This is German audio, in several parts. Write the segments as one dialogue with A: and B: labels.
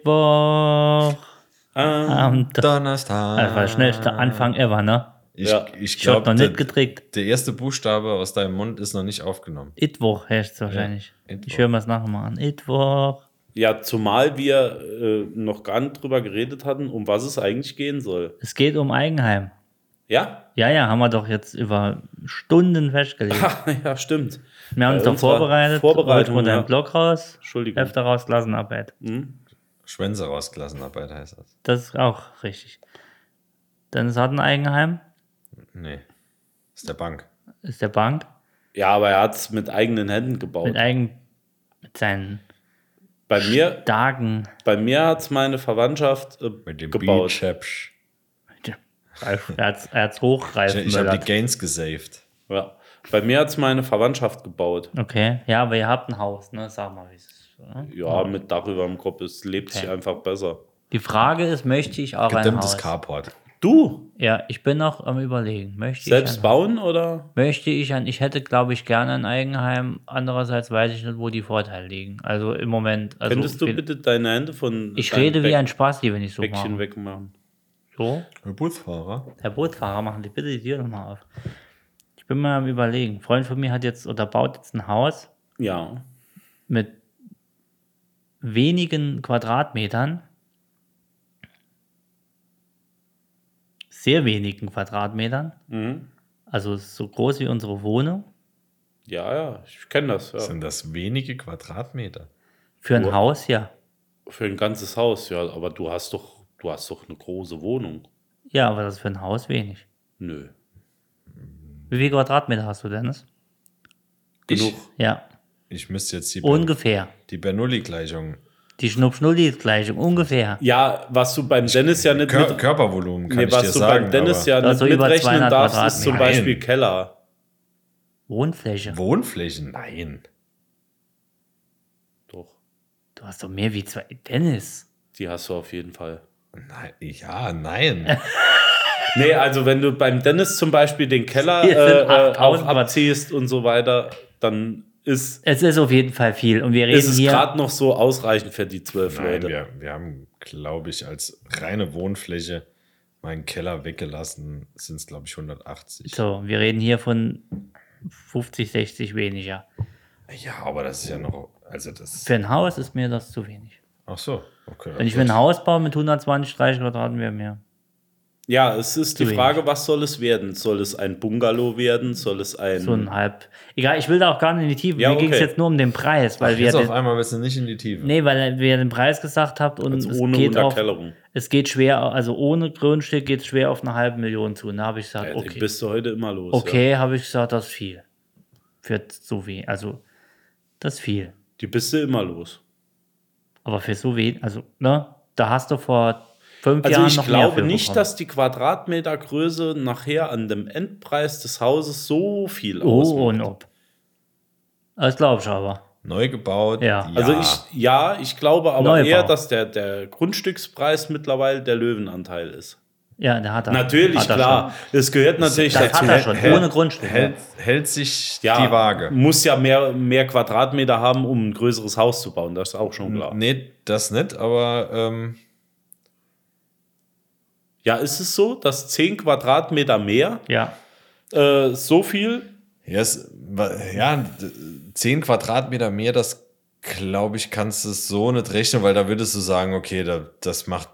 A: Shitwoch.
B: Am
C: Ah.
A: Am Don-
B: Donnerstag.
A: Das war der schnellste Anfang ever, ne?
B: Ich,
C: Ja.
B: ich
A: Ich hab noch
B: glaube,
A: nicht
B: der,
A: gedrückt.
B: der erste Buchstabe aus deinem Mund ist noch nicht aufgenommen.
A: Itwoch heißt es wahrscheinlich.
B: Itwoch.
A: ich höre mir es nachher mal an. Itwoch.
C: Ja, zumal wir äh, noch gar nicht drüber geredet hatten, um was es eigentlich gehen soll.
A: Es geht um Eigenheim.
C: Ja?
A: Ja, ja, haben wir doch jetzt über Stunden festgelegt.
C: ja, stimmt.
A: Wir haben uns
C: Bei
A: doch
C: uns war
A: vorbereitet.
C: Vorbereitung,
A: Heute ja.
C: ja.
A: im Blog raus.
C: Entschuldigung.
A: Hefte rauslassen, Arbeit.
C: Hm?
B: Schwänze rausgelassen, Arbeit heißt das.
A: Das ist auch richtig. Dennis hat ein Eigenheim.
B: Nee. Ist der Bank.
A: Ist der Bank.
C: Ja, aber er hat es mit eigenen Händen gebaut.
A: Mit eigen. Mit seinen
C: bei mir,
A: starken.
C: bei mir hat es meine Verwandtschaft äh,
B: Mit dem
C: gebaut.
B: Beachapsch.
A: Er hat's, er hat's
B: Ich,
A: hochgreifen
B: ich habe die
A: möllert.
B: Gains gesaved.
C: Ja. Bei mir hat es meine Verwandtschaft gebaut.
A: Okay, ja, aber ihr habt ein Haus, ne? Sag mal, wie es ist. oder?
C: Ja, mit Dach über dem Kopf. Es lebt sich einfach besser.
A: Die Frage ist, möchte ich auch ein
B: Gedämmtes
A: Haus?
B: Carport.
C: Du,
A: Ja, ich bin noch am überlegen. Möchte ich
C: selbst
A: ein,
C: bauen oder?
A: Möchte ich ein, ich hätte, glaube ich, gerne ein Eigenheim. Andererseits weiß ich nicht, wo die Vorteile liegen. Also im Moment. Also
C: Könntest du
A: viel-
C: bitte deine Hände von
A: ich
C: deinem
A: rede wie
C: Bäck-
A: ein Spasti, wenn ich so
C: Bäckchen
A: mache.
C: wegmachen?
A: So,
B: Ein Busfahrer.
A: Herr Bootfahrer, machen Sie bitte die Tür nochmal auf. Ich bin mal am überlegen. Ein Freund von mir hat jetzt oder baut jetzt ein Haus
C: Ja.
A: mit wenigen Quadratmetern, sehr wenigen Quadratmetern,
C: Mhm.
A: also es ist so groß wie unsere Wohnung,
C: Ja, ja, ich kenne das. Ja.
B: Sind das wenige Quadratmeter?
A: für ein
C: Wow.
A: Haus, ja.
C: Für ein ganzes Haus, ja, aber du hast doch, du hast doch eine große Wohnung.
A: Ja, aber das ist für ein Haus wenig.
C: Nö.
A: Wie viel Quadratmeter hast du, Dennis?
C: Genug.
A: Ja,
B: Ich müsste jetzt die, ben,
A: ungefähr.
B: die Bernoulli-Gleichung.
A: Die Schnupp-Schnulli-Gleichung, ungefähr.
C: Ja, was du beim Dennis ja nicht
B: Kör
C: mit,
B: Körpervolumen kann
C: nee,
B: ich dir
C: was du
B: sagen.
C: beim Dennis
B: aber
C: ja
A: Das
C: nicht
A: ist so über
C: mitrechnen
A: 200
C: darfst, ist zum
B: Quadratmeter.
C: Beispiel
B: Nein.
C: Keller.
A: Wohnfläche.
B: Wohnflächen? Nein.
C: Doch,
A: Du hast doch mehr wie zwei. Dennis.
C: die hast du auf jeden Fall.
B: Nein. Ja, nein.
C: Nee, also wenn du beim Dennis zum Beispiel den Keller
A: Hier sind
C: äh, äh,
A: 8000
C: auf
A: Watt.
C: abziehst und so weiter, dann ist,
A: Es ist auf jeden Fall viel. Und wir
C: ist
A: reden
C: es
A: hier.
C: gerade noch so ausreichend für die zwölf
B: nein
C: Leute.
B: wir, wir haben, glaube ich, als reine Wohnfläche meinen Keller weggelassen. Sind es, glaube ich, 180.
A: So, wir reden hier von 50, 60 weniger.
B: Ja, aber das ist ja noch. Also das.
A: Für ein Haus ist mir das zu wenig.
B: Ach so. Okay.
A: Wenn ich mir ein Haus baue mit 120, 30 Quadraten, wäre mehr.
C: Ja, es ist die
A: Zu
C: Frage, was soll es werden? Soll es ein Bungalow werden? Soll es ein.
A: So ein halb. Egal, ich will da auch gar nicht in die Tiefe.
C: Mhm. Ja,
A: mir ging es
C: okay.
A: jetzt nur um den Preis, weil wir
B: Jetzt auf
A: den,
B: einmal willst du nicht in die Tiefe.
A: nee, weil wir den Preis gesagt habt und
C: also
A: es
C: ohne
A: geht auf,
C: Unterkellerung.
A: es geht schwer, also ohne Grundstück geht es schwer auf eine halbe Million zu. Und da habe ich gesagt,
C: Ja,
A: okay,
C: Bist du heute immer los? Ja.
A: okay, habe ich gesagt, das ist viel. Für so wenig, also das ist viel.
C: Die bist du immer los.
A: Aber für so wenig, also, ne, da hast du vor fünf
C: Also
A: Jahren
C: ich
A: noch mehr
C: glaube
A: für
C: nicht,
A: bekommen.
C: dass die Quadratmetergröße nachher an dem Endpreis des Hauses so viel
A: Oh, und
C: ausmacht.
A: ob. Das glaube ich aber.
B: Neu gebaut.
A: Ja.
C: Also ich, ja, ich glaube aber
A: Neubau.
C: eher, dass der, der Grundstückspreis mittlerweile der Löwenanteil ist.
A: Ja, der hat er.
C: Natürlich,
A: hat er
C: klar. Es gehört natürlich
A: Schon. Das
C: dazu.
A: hat er schon, ohne Grundstück. ne?
B: hält, hält sich
C: Ja,
B: die Waage.
C: muss ja mehr, mehr Quadratmeter haben, um ein größeres Haus zu bauen. Das ist auch schon klar.
B: Nee, das nicht, aber ähm,
C: Ja, ist es so, dass 10 Quadratmeter mehr
A: Ja,
C: äh, so viel
B: ja, es, wa- ja, d- 10 Quadratmeter mehr, das glaube ich, kannst du so nicht rechnen, weil da würdest du sagen, okay, da, das macht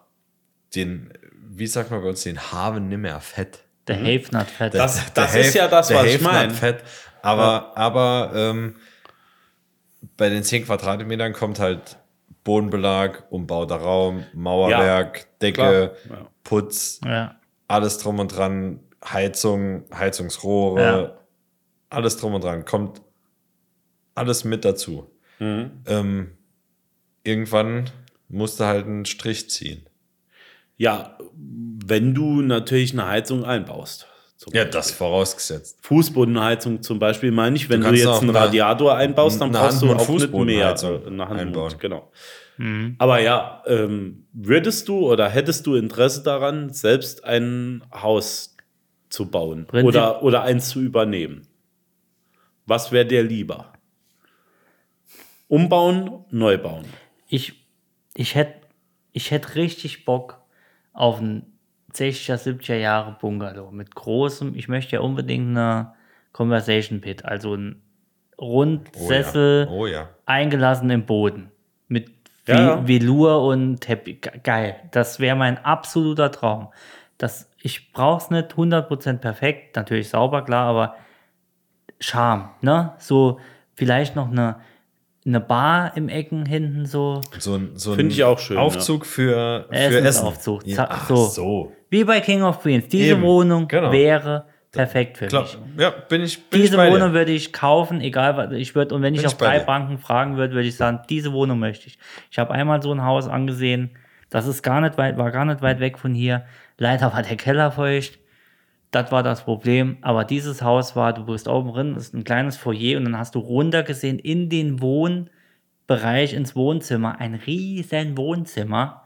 B: den, wie sagt man bei uns, den Haven nimmer fett.
A: der mhm. Hafen hat fett.
C: Das-
B: Der
C: ist
B: Hälf-
C: ja das,
B: der
C: was ich
B: Hälften hat
C: meine.
B: Fett. Aber, aber ähm, bei den 10 Quadratmetern kommt halt Bodenbelag, umbauter Raum, Mauerwerk, Decke,
C: Klar, ja.
B: Putz,
A: ja.
B: alles drum und dran, Heizung, Heizungsrohre,
A: Ja.
B: alles drum und dran, kommt alles mit dazu.
C: Mhm.
B: Ähm, irgendwann musst du halt einen Strich ziehen.
C: Ja, wenn du natürlich eine Heizung einbaust. Zum
B: Ja,
C: Beispiel.
B: das vorausgesetzt.
C: Fußbodenheizung zum Beispiel meine ich, wenn du,
B: kannst
C: jetzt
B: auch
C: einen
B: eine-
C: Radiator einbaust, dann
B: eine
C: brauchst du
B: Hand- und
C: auch nicht mehr
B: Fußbodenheizung
C: äh, eine Hand
B: einbauen.
C: Und, genau.
A: Mhm.
C: Aber ja, ähm, würdest du oder hättest du Interesse daran, selbst ein Haus zu bauen
A: Prinzip-
C: oder, oder eins zu übernehmen? Was wäre dir lieber? Umbauen, neu bauen.
A: Ich, ich hätte ich hätte richtig Bock auf ein 60er, 70er Jahre Bungalow mit großem, ich möchte ja unbedingt eine Conversation Pit, also ein Rundsessel
B: Oh ja.
A: eingelassen im Boden mit Ve-
C: Ja, ja.
A: Velour und Teppich. Ge- Geil, das wäre mein absoluter Traum. Das, ich brauche es nicht 100% perfekt, natürlich sauber, klar, aber Charme, ne? So vielleicht noch eine, eine Bar im Ecken hinten so.
B: So ein, so ein
C: Finde ich auch schön,
B: Aufzug für, für
A: Essensaufzug.
B: Essen. Ja,
A: Zack,
B: ach,
A: so.
B: so.
A: Wie bei King of Queens. Diese
B: Eben,
A: Wohnung
B: genau.
A: wäre perfekt für
B: Klar.
A: mich.
B: Ja, bin ich, bin ich
A: Diese
B: bei dir.
A: Wohnung würde ich kaufen, egal was ich würde. Und wenn ich
B: Bin ich
A: auf
B: bei
A: drei
B: dir.
A: Banken fragen würde, würde ich sagen, diese Wohnung möchte ich. Ich habe einmal so ein Haus angesehen. Das ist gar nicht weit, war gar nicht weit weg von hier. Leider war der Keller feucht. Das war das Problem. Aber dieses Haus war, du bist oben drin, das ist ein kleines Foyer und dann hast du runtergesehen in den Wohnbereich ins Wohnzimmer. Ein riesen Wohnzimmer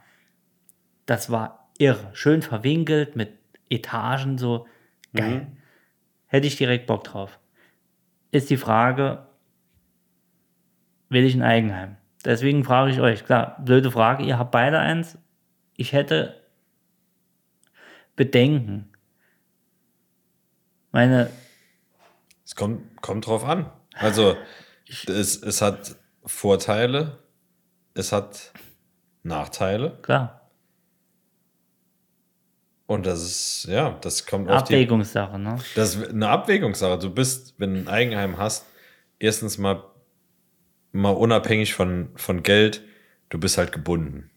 A: das war irre. Schön verwinkelt mit Etagen, so geil.
B: Mhm.
A: Hätte ich direkt Bock drauf. Ist die Frage, will ich ein Eigenheim? Deswegen frage ich euch, klar, blöde Frage, ihr habt beide eins. Ich hätte Bedenken. Meine,
B: Es kommt, kommt drauf an. Also, es, es hat Vorteile, es hat Nachteile.
A: klar,
B: Und das ist, ja, das kommt auf die
A: Abwägungssache, ne?
B: Das ist eine Abwägungssache. Du bist, wenn du ein Eigenheim hast, erstens mal, mal unabhängig von, von Geld, du bist halt gebunden.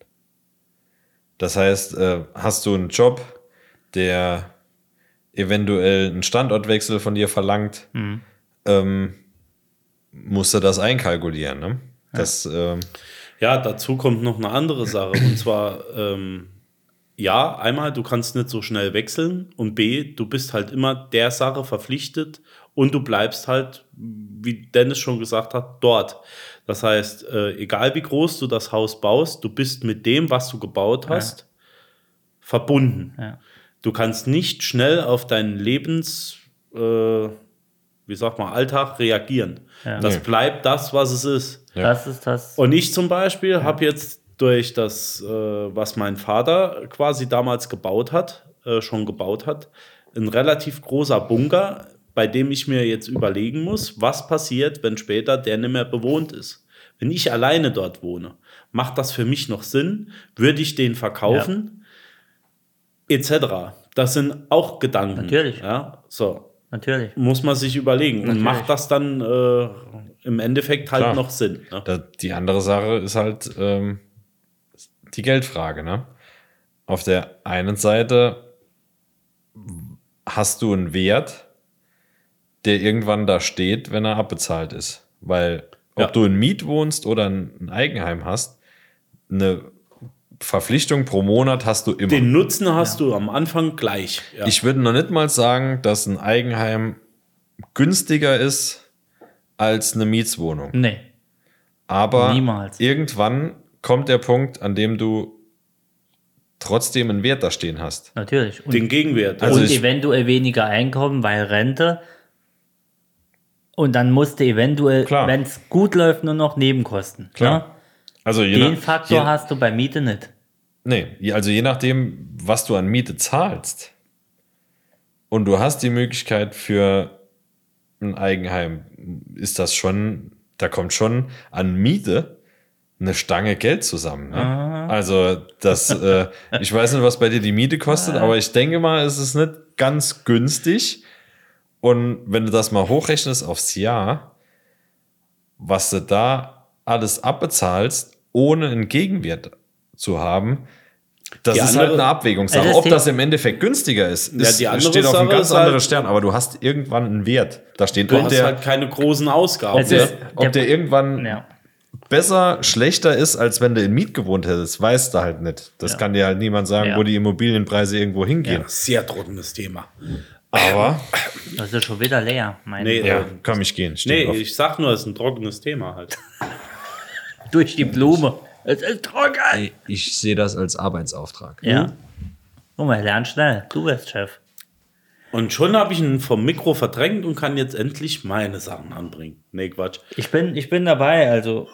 B: Das heißt, äh, hast du einen Job, der eventuell einen Standortwechsel von dir verlangt, ähm, musst du das einkalkulieren. Ne? Das, ähm,
C: Ja, dazu kommt noch eine andere Sache. Und zwar, ähm, ja, einmal, du kannst nicht so schnell wechseln. Und B, du bist halt immer der Sache verpflichtet und du bleibst halt, wie Dennis schon gesagt hat, dort. Das heißt, äh, egal wie groß du das Haus baust, du bist mit dem, was du gebaut hast, verbunden.
A: Ja.
C: Du kannst nicht schnell auf deinen Lebens, äh, wie sagt man, Alltag reagieren.
A: Ja.
C: Das
B: Nee.
C: bleibt das, was es ist.
B: Ja.
A: Das ist das.
C: Und ich zum Beispiel habe jetzt durch das, äh, was mein Vater quasi damals gebaut hat, äh, schon gebaut hat, ein relativ großer Bunker, bei dem ich mir jetzt überlegen muss, was passiert, wenn später der nicht mehr bewohnt ist. Wenn ich alleine dort wohne, macht das für mich noch Sinn? Würde ich den verkaufen? Etc. Das sind auch Gedanken.
A: Natürlich.
C: Ja, so.
A: natürlich.
C: Muss man sich überlegen. Und
A: Natürlich.
C: macht das dann äh, im Endeffekt halt
B: Klar.
C: noch Sinn. Ne?
B: Da, die andere Sache ist halt ähm, die Geldfrage. Ne? Auf der einen Seite hast du einen Wert, der irgendwann da steht, wenn er abbezahlt ist. Weil ob
C: Ja.
B: du in Miet wohnst oder ein Eigenheim hast, eine Verpflichtung pro Monat hast du immer.
C: Den Nutzen hast du am Anfang gleich. Ja.
B: Ich würde noch nicht mal sagen, dass ein Eigenheim günstiger ist als eine Mietswohnung.
A: Nee.
B: Aber
A: Niemals.
B: irgendwann kommt der Punkt, an dem du trotzdem einen Wert da stehen hast.
A: Natürlich. Und
C: den Gegenwert.
B: Also
C: Also
A: und
B: ich-
A: eventuell weniger Einkommen, weil Rente. Und dann musste eventuell,
B: Klar.
A: wenn es gut läuft, nur noch Nebenkosten.
B: Klar. Also je
A: Ne? Den
B: nach-
A: Faktor
B: je,
A: hast du bei Miete nicht.
B: Nee, je- also je nachdem, was du an Miete zahlst und du hast die Möglichkeit für ein Eigenheim, ist das schon, da kommt schon an Miete eine Stange Geld zusammen. Ne? Also das, äh, ich weiß nicht, was bei dir die Miete kostet, aber ich denke mal, es ist nicht ganz günstig. Und wenn du das mal hochrechnest aufs Jahr, was du da alles abbezahlst, ohne einen Gegenwert zu haben, das
C: Die andere-
B: ist
C: Also
B: halt eine Abwägungssache.
A: Es ist
B: Ob
A: die-
B: das im Endeffekt günstiger ist,
C: Ja,
B: ist
C: die andere
B: steht auf einem
C: Sache
B: ganz
C: ist halt-
B: anderen Stern, aber du hast irgendwann einen Wert. Da steht,
C: du
B: ob
C: hast
B: der,
C: halt keine großen Ausgaben. ne?
A: Es
B: der,
A: ist- der-
B: ob der irgendwann
A: Ja.
B: besser, schlechter ist, als wenn du in Miet gewohnt hättest, weißt du halt nicht. Das
A: Ja.
B: kann dir halt niemand sagen,
A: Ja.
B: wo die Immobilienpreise irgendwo hingehen.
C: Sehr trockenes Thema.
B: Aber,
A: Das ist schon wieder leer. Mein
C: Nee,
B: ja,
C: äh,
B: komm, ich gehen. Steh
C: nee
B: auf.
C: ich sag nur, es ist ein trockenes Thema halt.
A: Durch die Blume. Es ist trocken.
B: Ey, ich sehe das als Arbeitsauftrag.
A: Ja. Guck mal, lern schnell. Du wirst Chef.
C: Und schon habe ich ihn vom Mikro verdrängt und kann jetzt endlich meine Sachen anbringen. Nee, Quatsch.
A: Ich bin, ich bin dabei. Also,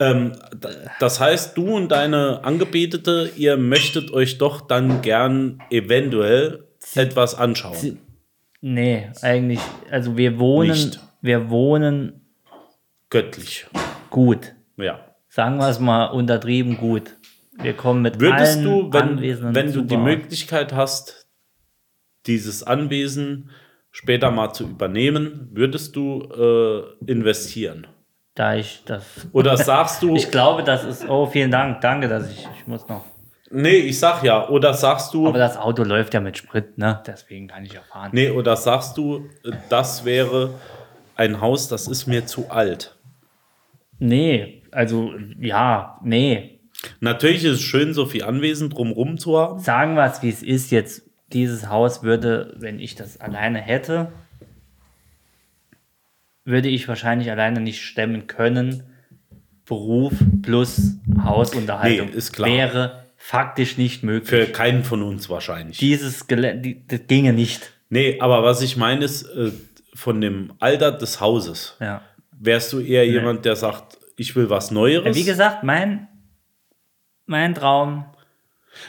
C: Ähm, d- das heißt, du und deine Angebetete, ihr möchtet euch doch dann gern eventuell etwas anschauen.
A: Nee, eigentlich. Also wir wohnen,
C: Nicht.
A: wir wohnen
C: Göttlich.
A: gut.
C: Ja.
A: Sagen wir es mal untertrieben gut. Wir kommen mit
C: Würdest
A: allen
C: du, wenn,
A: Anwesenden
C: wenn du
A: super
C: die
A: aus.
C: Möglichkeit hast, dieses Anwesen später mal zu übernehmen, würdest du äh, investieren?
A: Da ich das.
C: Oder sagst du,
A: Ich glaube, das ist. Oh, vielen Dank. Danke, dass ich. Ich muss noch.
C: nee, ich sag ja, oder sagst du,
A: Aber das Auto läuft ja mit Sprit, ne? Deswegen kann ich ja fahren.
C: nee, oder sagst du, äh, das wäre ein Haus, das ist mir zu alt.
A: Nee, also ja, nee.
C: Natürlich ist es schön, so viel Anwesen drumrum zu haben.
A: Sagen wir es, wie es ist jetzt. Dieses Haus würde, wenn ich das alleine hätte, würde ich wahrscheinlich alleine nicht stemmen können. Beruf plus Hausunterhaltung
C: Nee, ist klar.
A: wäre faktisch nicht
C: Für
A: möglich.
C: keinen von uns wahrscheinlich.
A: Dieses Gelände, die, das ginge nicht.
C: Nee, aber was ich meine ist, äh, von dem Alter des Hauses.
A: Ja.
C: Wärst du eher jemand, der sagt, ich will was Neueres?
A: Wie gesagt, mein, mein Traum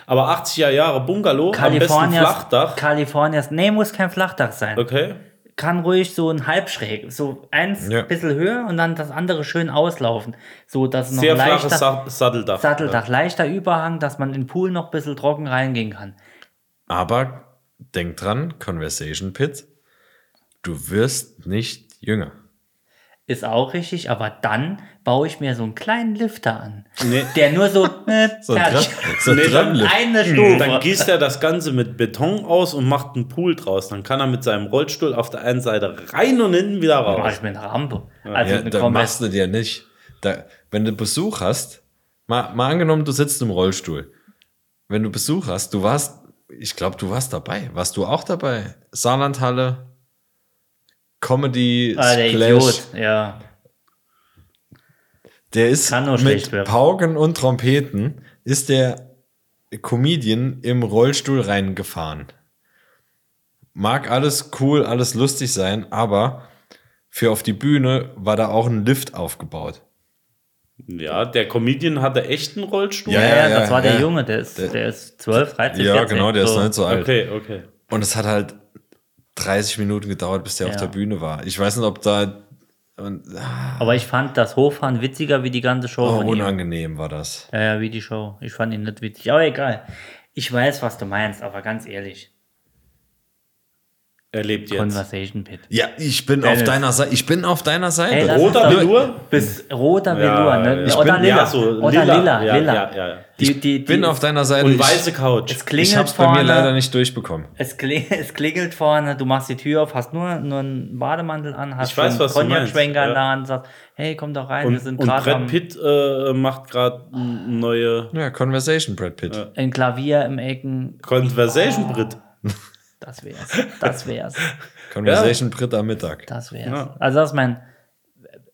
C: aber 80er Jahre Bungalow, am besten
A: Kalifornias,
C: Flachdach.
A: Kalifornias, nee, muss kein Flachdach sein.
C: Okay.
A: kann ruhig so ein halbschräg, so eins
B: Ja.
A: ein bisschen höher und dann das andere schön auslaufen, so dass noch
C: Sehr
A: leichter
C: flaches Sa Satteldach.
A: Satteldach, leichter Überhang, dass man in den Pool noch ein bisschen trocken reingehen kann.
B: Aber denk dran, Conversation Pit, du wirst nicht jünger.
A: Ist auch richtig, aber dann baue ich mir so einen kleinen Lifter an,
C: Nee.
A: der nur so, äh,
B: So ein,
A: fertig.
B: Tra- so ein Mhm.
C: Nee, dann
B: Trampel.
A: eine
C: Ja. Dann
A: Stufe.
C: gießt er das Ganze mit Beton aus und macht einen Pool draus. Dann kann er mit seinem Rollstuhl auf der einen Seite rein und hinten wieder
A: Mache
C: raus.
A: ich mir eine Rampe. Also
B: Ja,
A: eine
B: da machst
A: Kombi.
B: du dir nicht. Da, wenn du Besuch hast, mal, mal angenommen, du sitzt im Rollstuhl. Wenn du Besuch hast, du warst, ich glaube, du warst dabei. Warst du auch dabei? Saarlandhalle, Comedy,
A: Ah, der
B: Splash.
A: Idiot, ja.
B: Der ist
A: Kann nur schlecht
B: mit
A: werden.
B: Pauken und Trompeten ist der Comedian im Rollstuhl reingefahren. Mag alles cool, alles lustig sein, aber für auf die Bühne war da auch ein Lift aufgebaut.
C: Ja, der Comedian hatte echt einen Rollstuhl.
A: Ja,
B: Ja,
A: ja,
B: ja,
A: das
B: ja,
A: war der
B: ja.
A: Junge, der ist, der ist 12, 13,
B: Ja,
A: 14.
B: genau, der ist noch nicht so alt.
C: Okay, okay.
B: Und es hat halt 30 Minuten gedauert, bis der
A: Ja.
B: auf der Bühne war. Ich weiß nicht, ob da
A: Aber ich fand das Hochfahren witziger wie die ganze Show
B: oh,
A: von ihm.
B: unangenehm war das.
A: Ja, ja, wie die Show. Ich fand ihn nicht witzig. Aber egal. Ich weiß, was du meinst, aber ganz ehrlich.
C: Er lebt jetzt.
A: Conversation Pit.
B: Ja, ich bin
A: Dennis.
B: auf deiner Seite. Ich bin auf deiner Seite.
A: Äh. Ey, lass uns
C: Roter
A: doch-
C: Velour?
A: Bis roter
C: Ja,
A: Velour, ne?
C: ich
A: Oder
B: bin-
A: lila.
C: ja, so
A: Oder
C: lila.
A: lila.
C: Ja,
A: lila.
C: ja, ja, ja.
A: Die, die, die,
B: ich bin auf deiner Seite.
C: Und
B: ich,
C: weiße Couch.
A: Es
B: ich
A: klingelt
B: hab's bei mir leider
A: vorne.
B: nicht durchbekommen.
A: Es, kling, es klingelt vorne. Du machst die Tür auf, hast nur, nur einen Bademantel an, hast
C: Ich weiß,
A: schon
C: was du
A: einen
C: meinst,
A: Cognac-Schwenker in
C: ja.
A: der Hand, sagst, hey, komm doch rein, wir
C: Und,
A: sind
C: und
A: gerade
C: Brad
A: am-
C: Pitt äh, macht gerade neue
B: Ja, Conversation, Brad Pitt.
A: ein Klavier im Ecken.
C: Conversation, Brit.
A: Das wär's. Das wär's.
B: Conversation, Brit am Mittag.
A: Das wär's.
C: Ja.
A: Also das ist mein,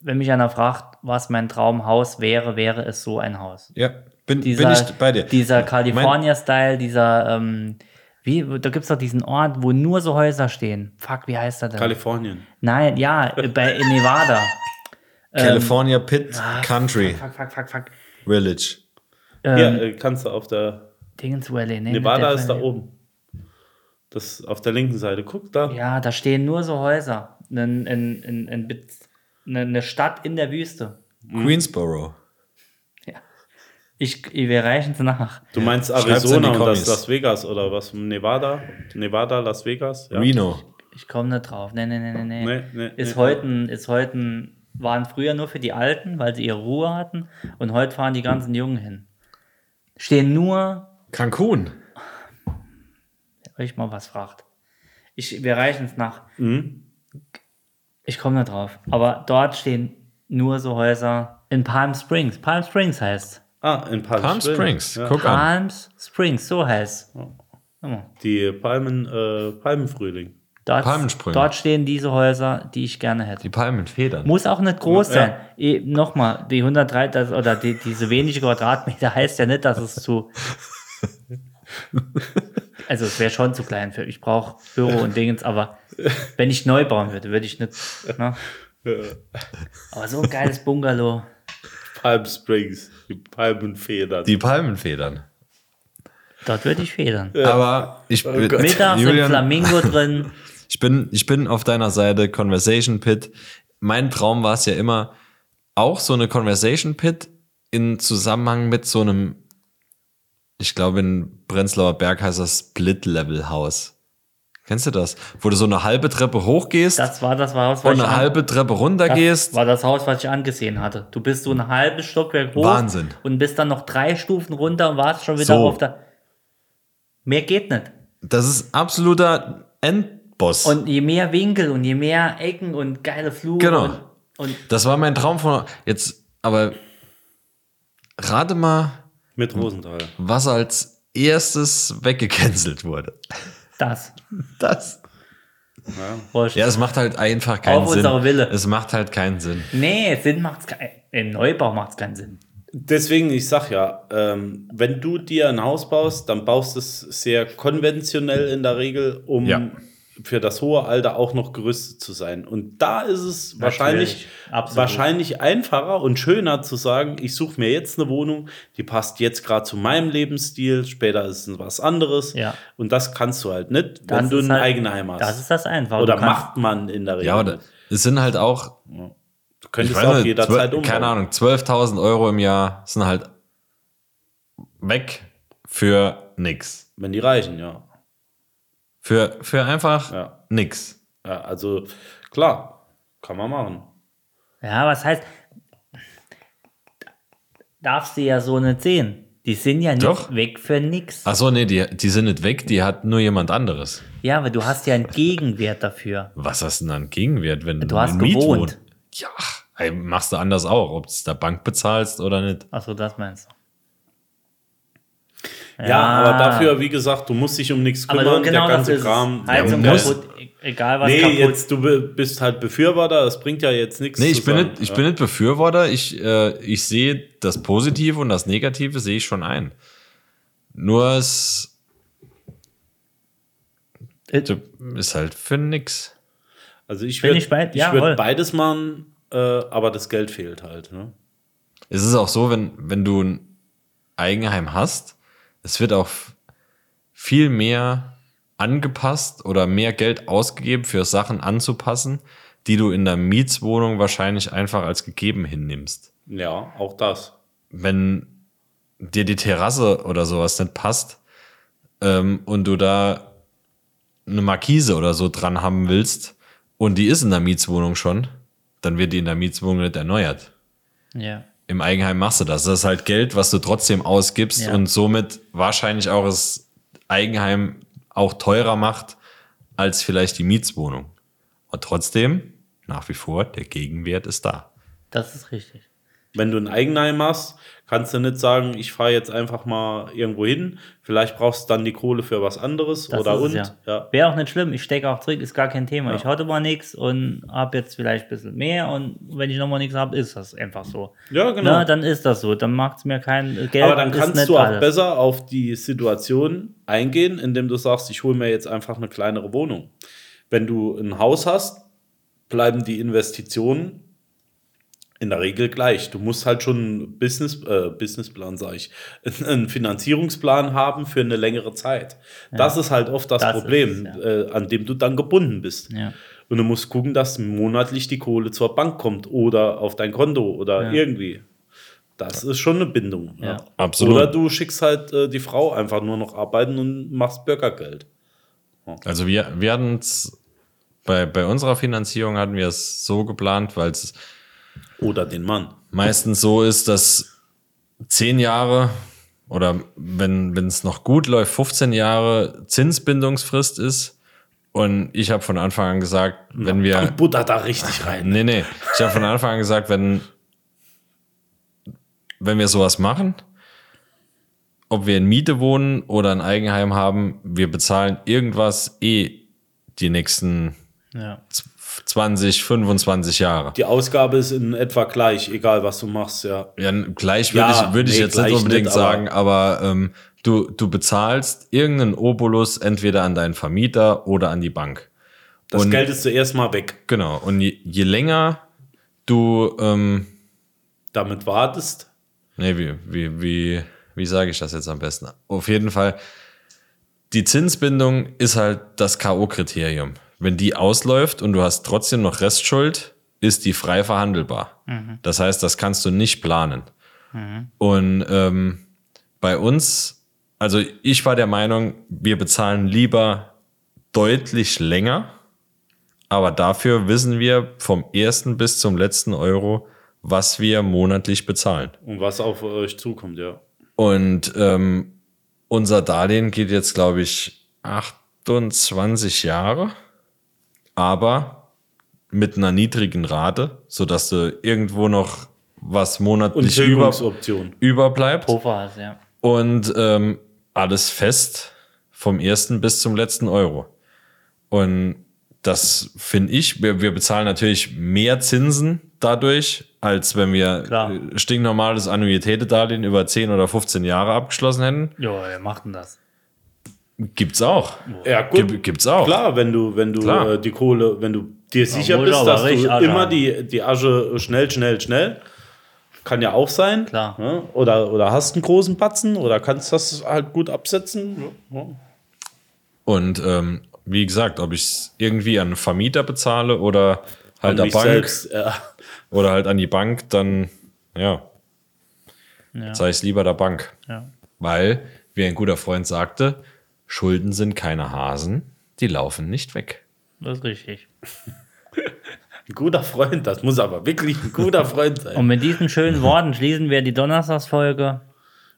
A: wenn mich einer fragt, was mein Traumhaus wäre, wäre es so ein Haus.
B: Ja, bin,
A: Dieser,
B: bin ich bei dir.
A: Dieser California-Style, dieser, ähm, wie, da gibt's doch diesen Ort, wo nur so Häuser stehen. Fuck, wie heißt er denn?
C: Kalifornien.
A: Nein, ja, bei in Nevada.
B: California Pitt Country
A: ähm, Ah, Fuck, fuck, fuck, fuck.
B: Village.
A: Ähm.
C: Ja, äh, kannst du auf der
A: Dingens Valley, ne?
C: Nevada ist da oben. Das auf der linken Seite. Guck da.
A: Ja, da stehen nur so Häuser. Ein, ein, ein, ein, Bez- eine- eine ne, Stadt in der Wüste.
B: Greensboro.
A: Ich, wir reichen es nach.
C: Du meinst
B: Schreib's in
C: Arizona
B: die
C: und das
B: Kommis.
C: Las Vegas oder was? Nevada? Nevada, Las Vegas? Ja.
B: Reno.
A: Ich komme nicht drauf. Nee, nee, nee, nee, nee.
C: Nee, nee,
A: ist
C: nee.
A: heute, ein- ist heute, ein- waren früher nur für die Alten, weil sie ihre Ruhe hatten. Und heute fahren die ganzen Jungen hin. Stehen nur,
B: Cancun.
A: wenn euch mal was fragt. Ich, wir reichen es nach.
C: Mhm.
A: Ich komme nicht drauf. Aber dort stehen nur so Häuser in Palm Springs. Palm Springs heißt.
C: Ah, in Palm,
B: Palm Springs.
C: Ja.
B: Guck an.
A: Palm Springs, so heißt.
C: Oh. Die Palmen, äh, Palmenfrühling.
A: Dort,
B: Palmensprünge.
A: dort stehen diese Häuser, die ich gerne hätte.
B: Die Palmenfedern.
A: Muss auch nicht groß
C: Ja.
A: sein. Eh, Nochmal, die 103 das, oder die, diese wenige Quadratmeter heißt ja nicht, dass es zu. Also es wäre schon zu klein für. Ich brauche Büro und Dingens, aber wenn ich neu bauen würde, würde ich nicht. Ne?
C: Äh,
A: Aber so ein geiles Bungalow.
C: Palm Springs, die Palmenfedern.
B: Die Palmenfedern.
A: Dort würde ich federn.
B: Aber ich bin,
C: Gott.
A: Mittags im
B: Julian,
A: Flamingo drin.
B: ich, bin, ich bin auf deiner Seite, Conversation Pit. Mein Traum war es ja immer, auch so eine Conversation Pit in Zusammenhang mit so einem, ich glaube in Prenzlauer Berg heißt das Split-Level-Haus. Kennst du das? Wo du so eine halbe Treppe hochgehst
A: Das war das Haus,
B: und
A: ich
B: eine
A: an-
B: halbe Treppe runter
A: das
B: gehst.
A: war das Haus, was ich angesehen hatte. Du bist so ein halbes Stockwerk hoch
B: Wahnsinn.
A: und bist dann noch drei Stufen runter und warst schon wieder
B: So.
A: auf der. Mehr geht nicht.
B: Das ist absoluter Endboss.
A: Und je mehr Winkel und je mehr Ecken und geile Flure
B: Genau.
A: und, und
B: das war mein Traum von jetzt, aber rate mal,
C: Mit Rosenthal.
B: was als erstes weggecancelt wurde.
A: das.
B: Das.
A: Wurscht.
B: Ja, es macht halt einfach keinen
A: Auf
B: Sinn.
A: unsere Wille.
B: Es macht halt keinen Sinn.
A: Nee, Sinn macht's kein, im Neubau macht's keinen Sinn.
C: Deswegen, ich sag ja, ähm, wenn du dir ein Haus baust, dann baust es sehr konventionell in der Regel, um
B: Ja.
C: für das hohe Alter auch noch gerüstet zu sein. Und da ist es wahrscheinlich,
A: absolut.
C: wahrscheinlich einfacher und schöner zu sagen, ich suche mir jetzt eine Wohnung, die passt jetzt gerade zu meinem Lebensstil, später ist es was anderes.
A: Ja.
C: Und das kannst du halt nicht,
A: Das
C: wenn du
A: ist
C: ein
A: halt-
C: Eigenheim hast.
A: Das ist das Einfache.
C: Oder
A: Du kannst-
C: macht man in der Regel.
B: Ja, aber es sind halt auch,
C: du könntest
B: weiß
C: auch
B: nicht,
C: jederzeit
B: zwölf-
C: umbauen.
B: keine Ahnung, 12.000 Euro im Jahr sind halt weg für nix.
C: Wenn die reichen, ja.
B: Für, für einfach
C: Ja.
B: nix.
C: Ja, also klar, kann man machen.
A: Ja, was heißt, darfst du ja so nicht sehen. Die sind ja nicht
B: Doch.
A: weg für nix.
B: Ach so, nee, die, die sind nicht weg, die hat nur jemand anderes.
A: Ja, aber du hast ja einen Gegenwert dafür.
B: Was hast du denn an Gegenwert, wenn du,
A: hast
B: in Miet
A: gewohnt.
B: wohnst? Ja, ey, machst du anders auch, ob du es der Bank bezahlst oder nicht.
A: Achso, das meinst du.
C: Ja, aber dafür, wie gesagt, du musst dich um nichts
A: Aber
C: kümmern,
A: du, genau
C: der
A: das
C: ganze
A: ist
C: Kram.
A: es. Heizung
B: Ja,
C: der-
B: muss-
A: kaputt, e- egal was
C: Nee,
A: kaputt.
C: jetzt du be- bist halt Befürworter, das bringt ja jetzt nichts.
B: Nee,
C: zu
B: ich bin,
C: sagen.
B: nicht, ich
C: ja.
B: bin nicht Befürworter. Ich, äh, ich sehe das Positive und das Negative sehe ich schon ein. Nur es
A: Äh,
B: ist halt für nix.
C: Also ich
A: Bin
C: würde
A: ich bei-
C: ich
A: ja, voll.
C: würd beides machen, äh, aber das Geld fehlt halt. Ne?
B: Es ist auch so, wenn, wenn du ein Eigenheim hast, es wird auch f- viel mehr angepasst oder mehr Geld ausgegeben für Sachen anzupassen, die du in der Mietswohnung wahrscheinlich einfach als gegeben hinnimmst.
C: Ja, auch das.
B: wenn dir die Terrasse oder sowas nicht passt ähm, und du da eine Markise oder so dran haben willst und die ist in der Mietswohnung schon, dann wird die in der Mietswohnung nicht erneuert.
A: ja.
B: Im Eigenheim machst du das. Das ist halt Geld, was du trotzdem ausgibst
A: Ja.
B: und somit wahrscheinlich auch das Eigenheim auch teurer macht als vielleicht die Mietswohnung. Und trotzdem, nach wie vor, der Gegenwert ist da.
A: Das ist richtig.
C: Wenn du ein Eigenheim hast, kannst du nicht sagen, ich fahre jetzt einfach mal irgendwo hin. Vielleicht brauchst du dann die Kohle für was anderes
A: Das
C: oder
A: ist es
C: und.
A: Ja.
C: Ja.
A: Wäre auch nicht schlimm, ich stecke auch zurück, ist gar kein Thema. Ich hatte mal nichts und habe jetzt vielleicht ein bisschen mehr und wenn ich nochmal nichts habe, ist das einfach so.
C: Ja, genau.
A: Na, dann ist das so, dann macht es mir kein äh, Geld.
C: Aber dann
A: ist
C: kannst
A: nicht
C: du auch
A: alles.
C: besser auf die Situation eingehen, indem du sagst, ich hole mir jetzt einfach eine kleinere Wohnung. Wenn du ein Haus hast, bleiben die Investitionen in der Regel gleich. Du musst halt schon einen Business, äh, Businessplan, sage ich, einen Finanzierungsplan haben für eine längere Zeit. Das ist halt oft das,
A: Das ist
C: Problem,
A: es,
C: äh, an dem du dann gebunden bist.
A: Ja.
C: Und du musst gucken, dass monatlich die Kohle zur Bank kommt oder auf dein Konto oder
A: Ja.
C: irgendwie. Das ist schon eine Bindung. Ja.
A: Ja.
B: Absolut.
C: Oder du schickst halt äh, die Frau einfach nur noch arbeiten und machst Bürgergeld.
B: Also wir, wir hatten es bei, bei unserer Finanzierung hatten wir es so geplant, weil es
C: Oder den Mann.
B: meistens so ist, dass zehn Jahre oder wenn wenn es noch gut läuft, 15 Jahre Zinsbindungsfrist ist. Und ich habe von Anfang an gesagt, wenn wir.
C: Und Butter da richtig rein.
B: Nee, nee. Ich habe von Anfang an gesagt, wenn, wenn wir sowas machen, ob wir in Miete wohnen oder ein Eigenheim haben, wir bezahlen irgendwas eh die nächsten
A: Ja.
B: 20, 25 Jahre.
C: Die Ausgabe ist in etwa gleich, egal was du machst, ja.
B: Ja, n- gleich würde
C: Ja,
B: ich, würde ich
C: nee,
B: jetzt nicht
C: gleich
B: unbedingt
C: nicht, aber-
B: sagen, aber ähm, du, du bezahlst irgendeinen Obolus entweder an deinen Vermieter oder an die Bank.
C: Das
B: Und-
C: Geld ist zuerst mal weg.
B: Genau. Und je, je länger du ähm,
C: damit wartest.
B: Nee, wie, wie, wie, wie sage ich das jetzt am besten? Auf jeden Fall, die Zinsbindung ist halt das K.O.-Kriterium. Wenn die ausläuft und du hast trotzdem noch Restschuld, ist die frei verhandelbar. Das heißt, das kannst du nicht planen. Und ähm, bei uns, also ich war der Meinung, wir bezahlen lieber deutlich länger, aber dafür wissen wir vom ersten bis zum letzten Euro, was wir monatlich bezahlen.
C: Und was auf euch zukommt, ja.
B: Und ähm, unser Darlehen geht jetzt, glaube ich, 28 Jahre, aber mit einer niedrigen Rate, sodass du irgendwo noch was
C: Und
B: monatlich über,
C: Tilgungsoption.
B: überbleibt.
A: Puffer hast, ja.
B: Und ähm, alles fest, vom ersten bis zum letzten Euro. Und das finde ich, wir, wir bezahlen natürlich mehr Zinsen dadurch, als wenn wir
A: Klar.
B: äh, stinknormales Annuitätedarlehen über 10 oder 15 Jahre abgeschlossen hätten.
A: Ja, wer macht denn das?
B: Gibt's auch.
C: Ja,
B: Gib, gibt's auch.
C: Klar, wenn du, wenn du
B: Klar.
C: äh, die Kohle, wenn du dir sicher
A: muss
C: bist,
A: aber
C: dass du
A: richtig Asche
C: immer
A: haben.
C: die, die Asche äh, schnell, schnell, schnell. Kann ja auch sein.
A: Klar.
C: Ne? Oder, oder hast einen großen Batzen oder kannst das halt gut absetzen. Ja.
B: Und ähm, wie gesagt, ob ich es irgendwie an einen Vermieter bezahle oder halt
C: An
B: der
C: mich
B: Bank
C: selbst, äh, ja.
B: oder halt an die Bank, dann ja,
A: Ja.
B: sei es lieber der Bank.
A: Ja.
B: Weil, wie ein guter Freund sagte, Schulden sind keine Hasen, die laufen nicht weg.
A: Das ist richtig.
C: Ein guter Freund, das muss aber wirklich ein guter Freund sein.
A: Und mit diesen schönen Worten schließen wir die Donnerstagsfolge.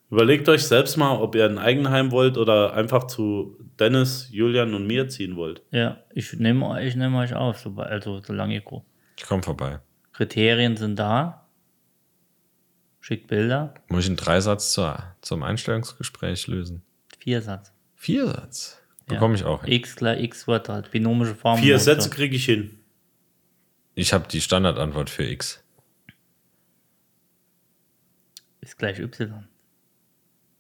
C: Überlegt euch selbst mal, ob ihr ein Eigenheim wollt oder einfach zu Dennis, Julian und mir ziehen wollt.
A: Ja, ich nehme ich nehm euch auf, soba- also solange ihr gro-
B: Ich komm vorbei.
A: Kriterien sind da. Schickt Bilder.
B: Muss ich einen Dreisatz zur, zum Einstellungsgespräch lösen?
A: Viersatz.
B: Viersatz.
A: Ja.
B: Bekomme ich auch hin.
A: X gleich X Quadrat. Binomische Form.
C: Vier Sätze kriege ich hin.
B: Ich habe die Standardantwort für X.
A: Ist gleich Y.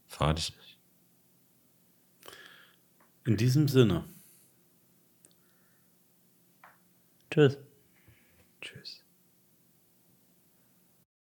B: Verrate ich nicht.
C: In diesem Sinne.
A: Tschüss.
B: Tschüss.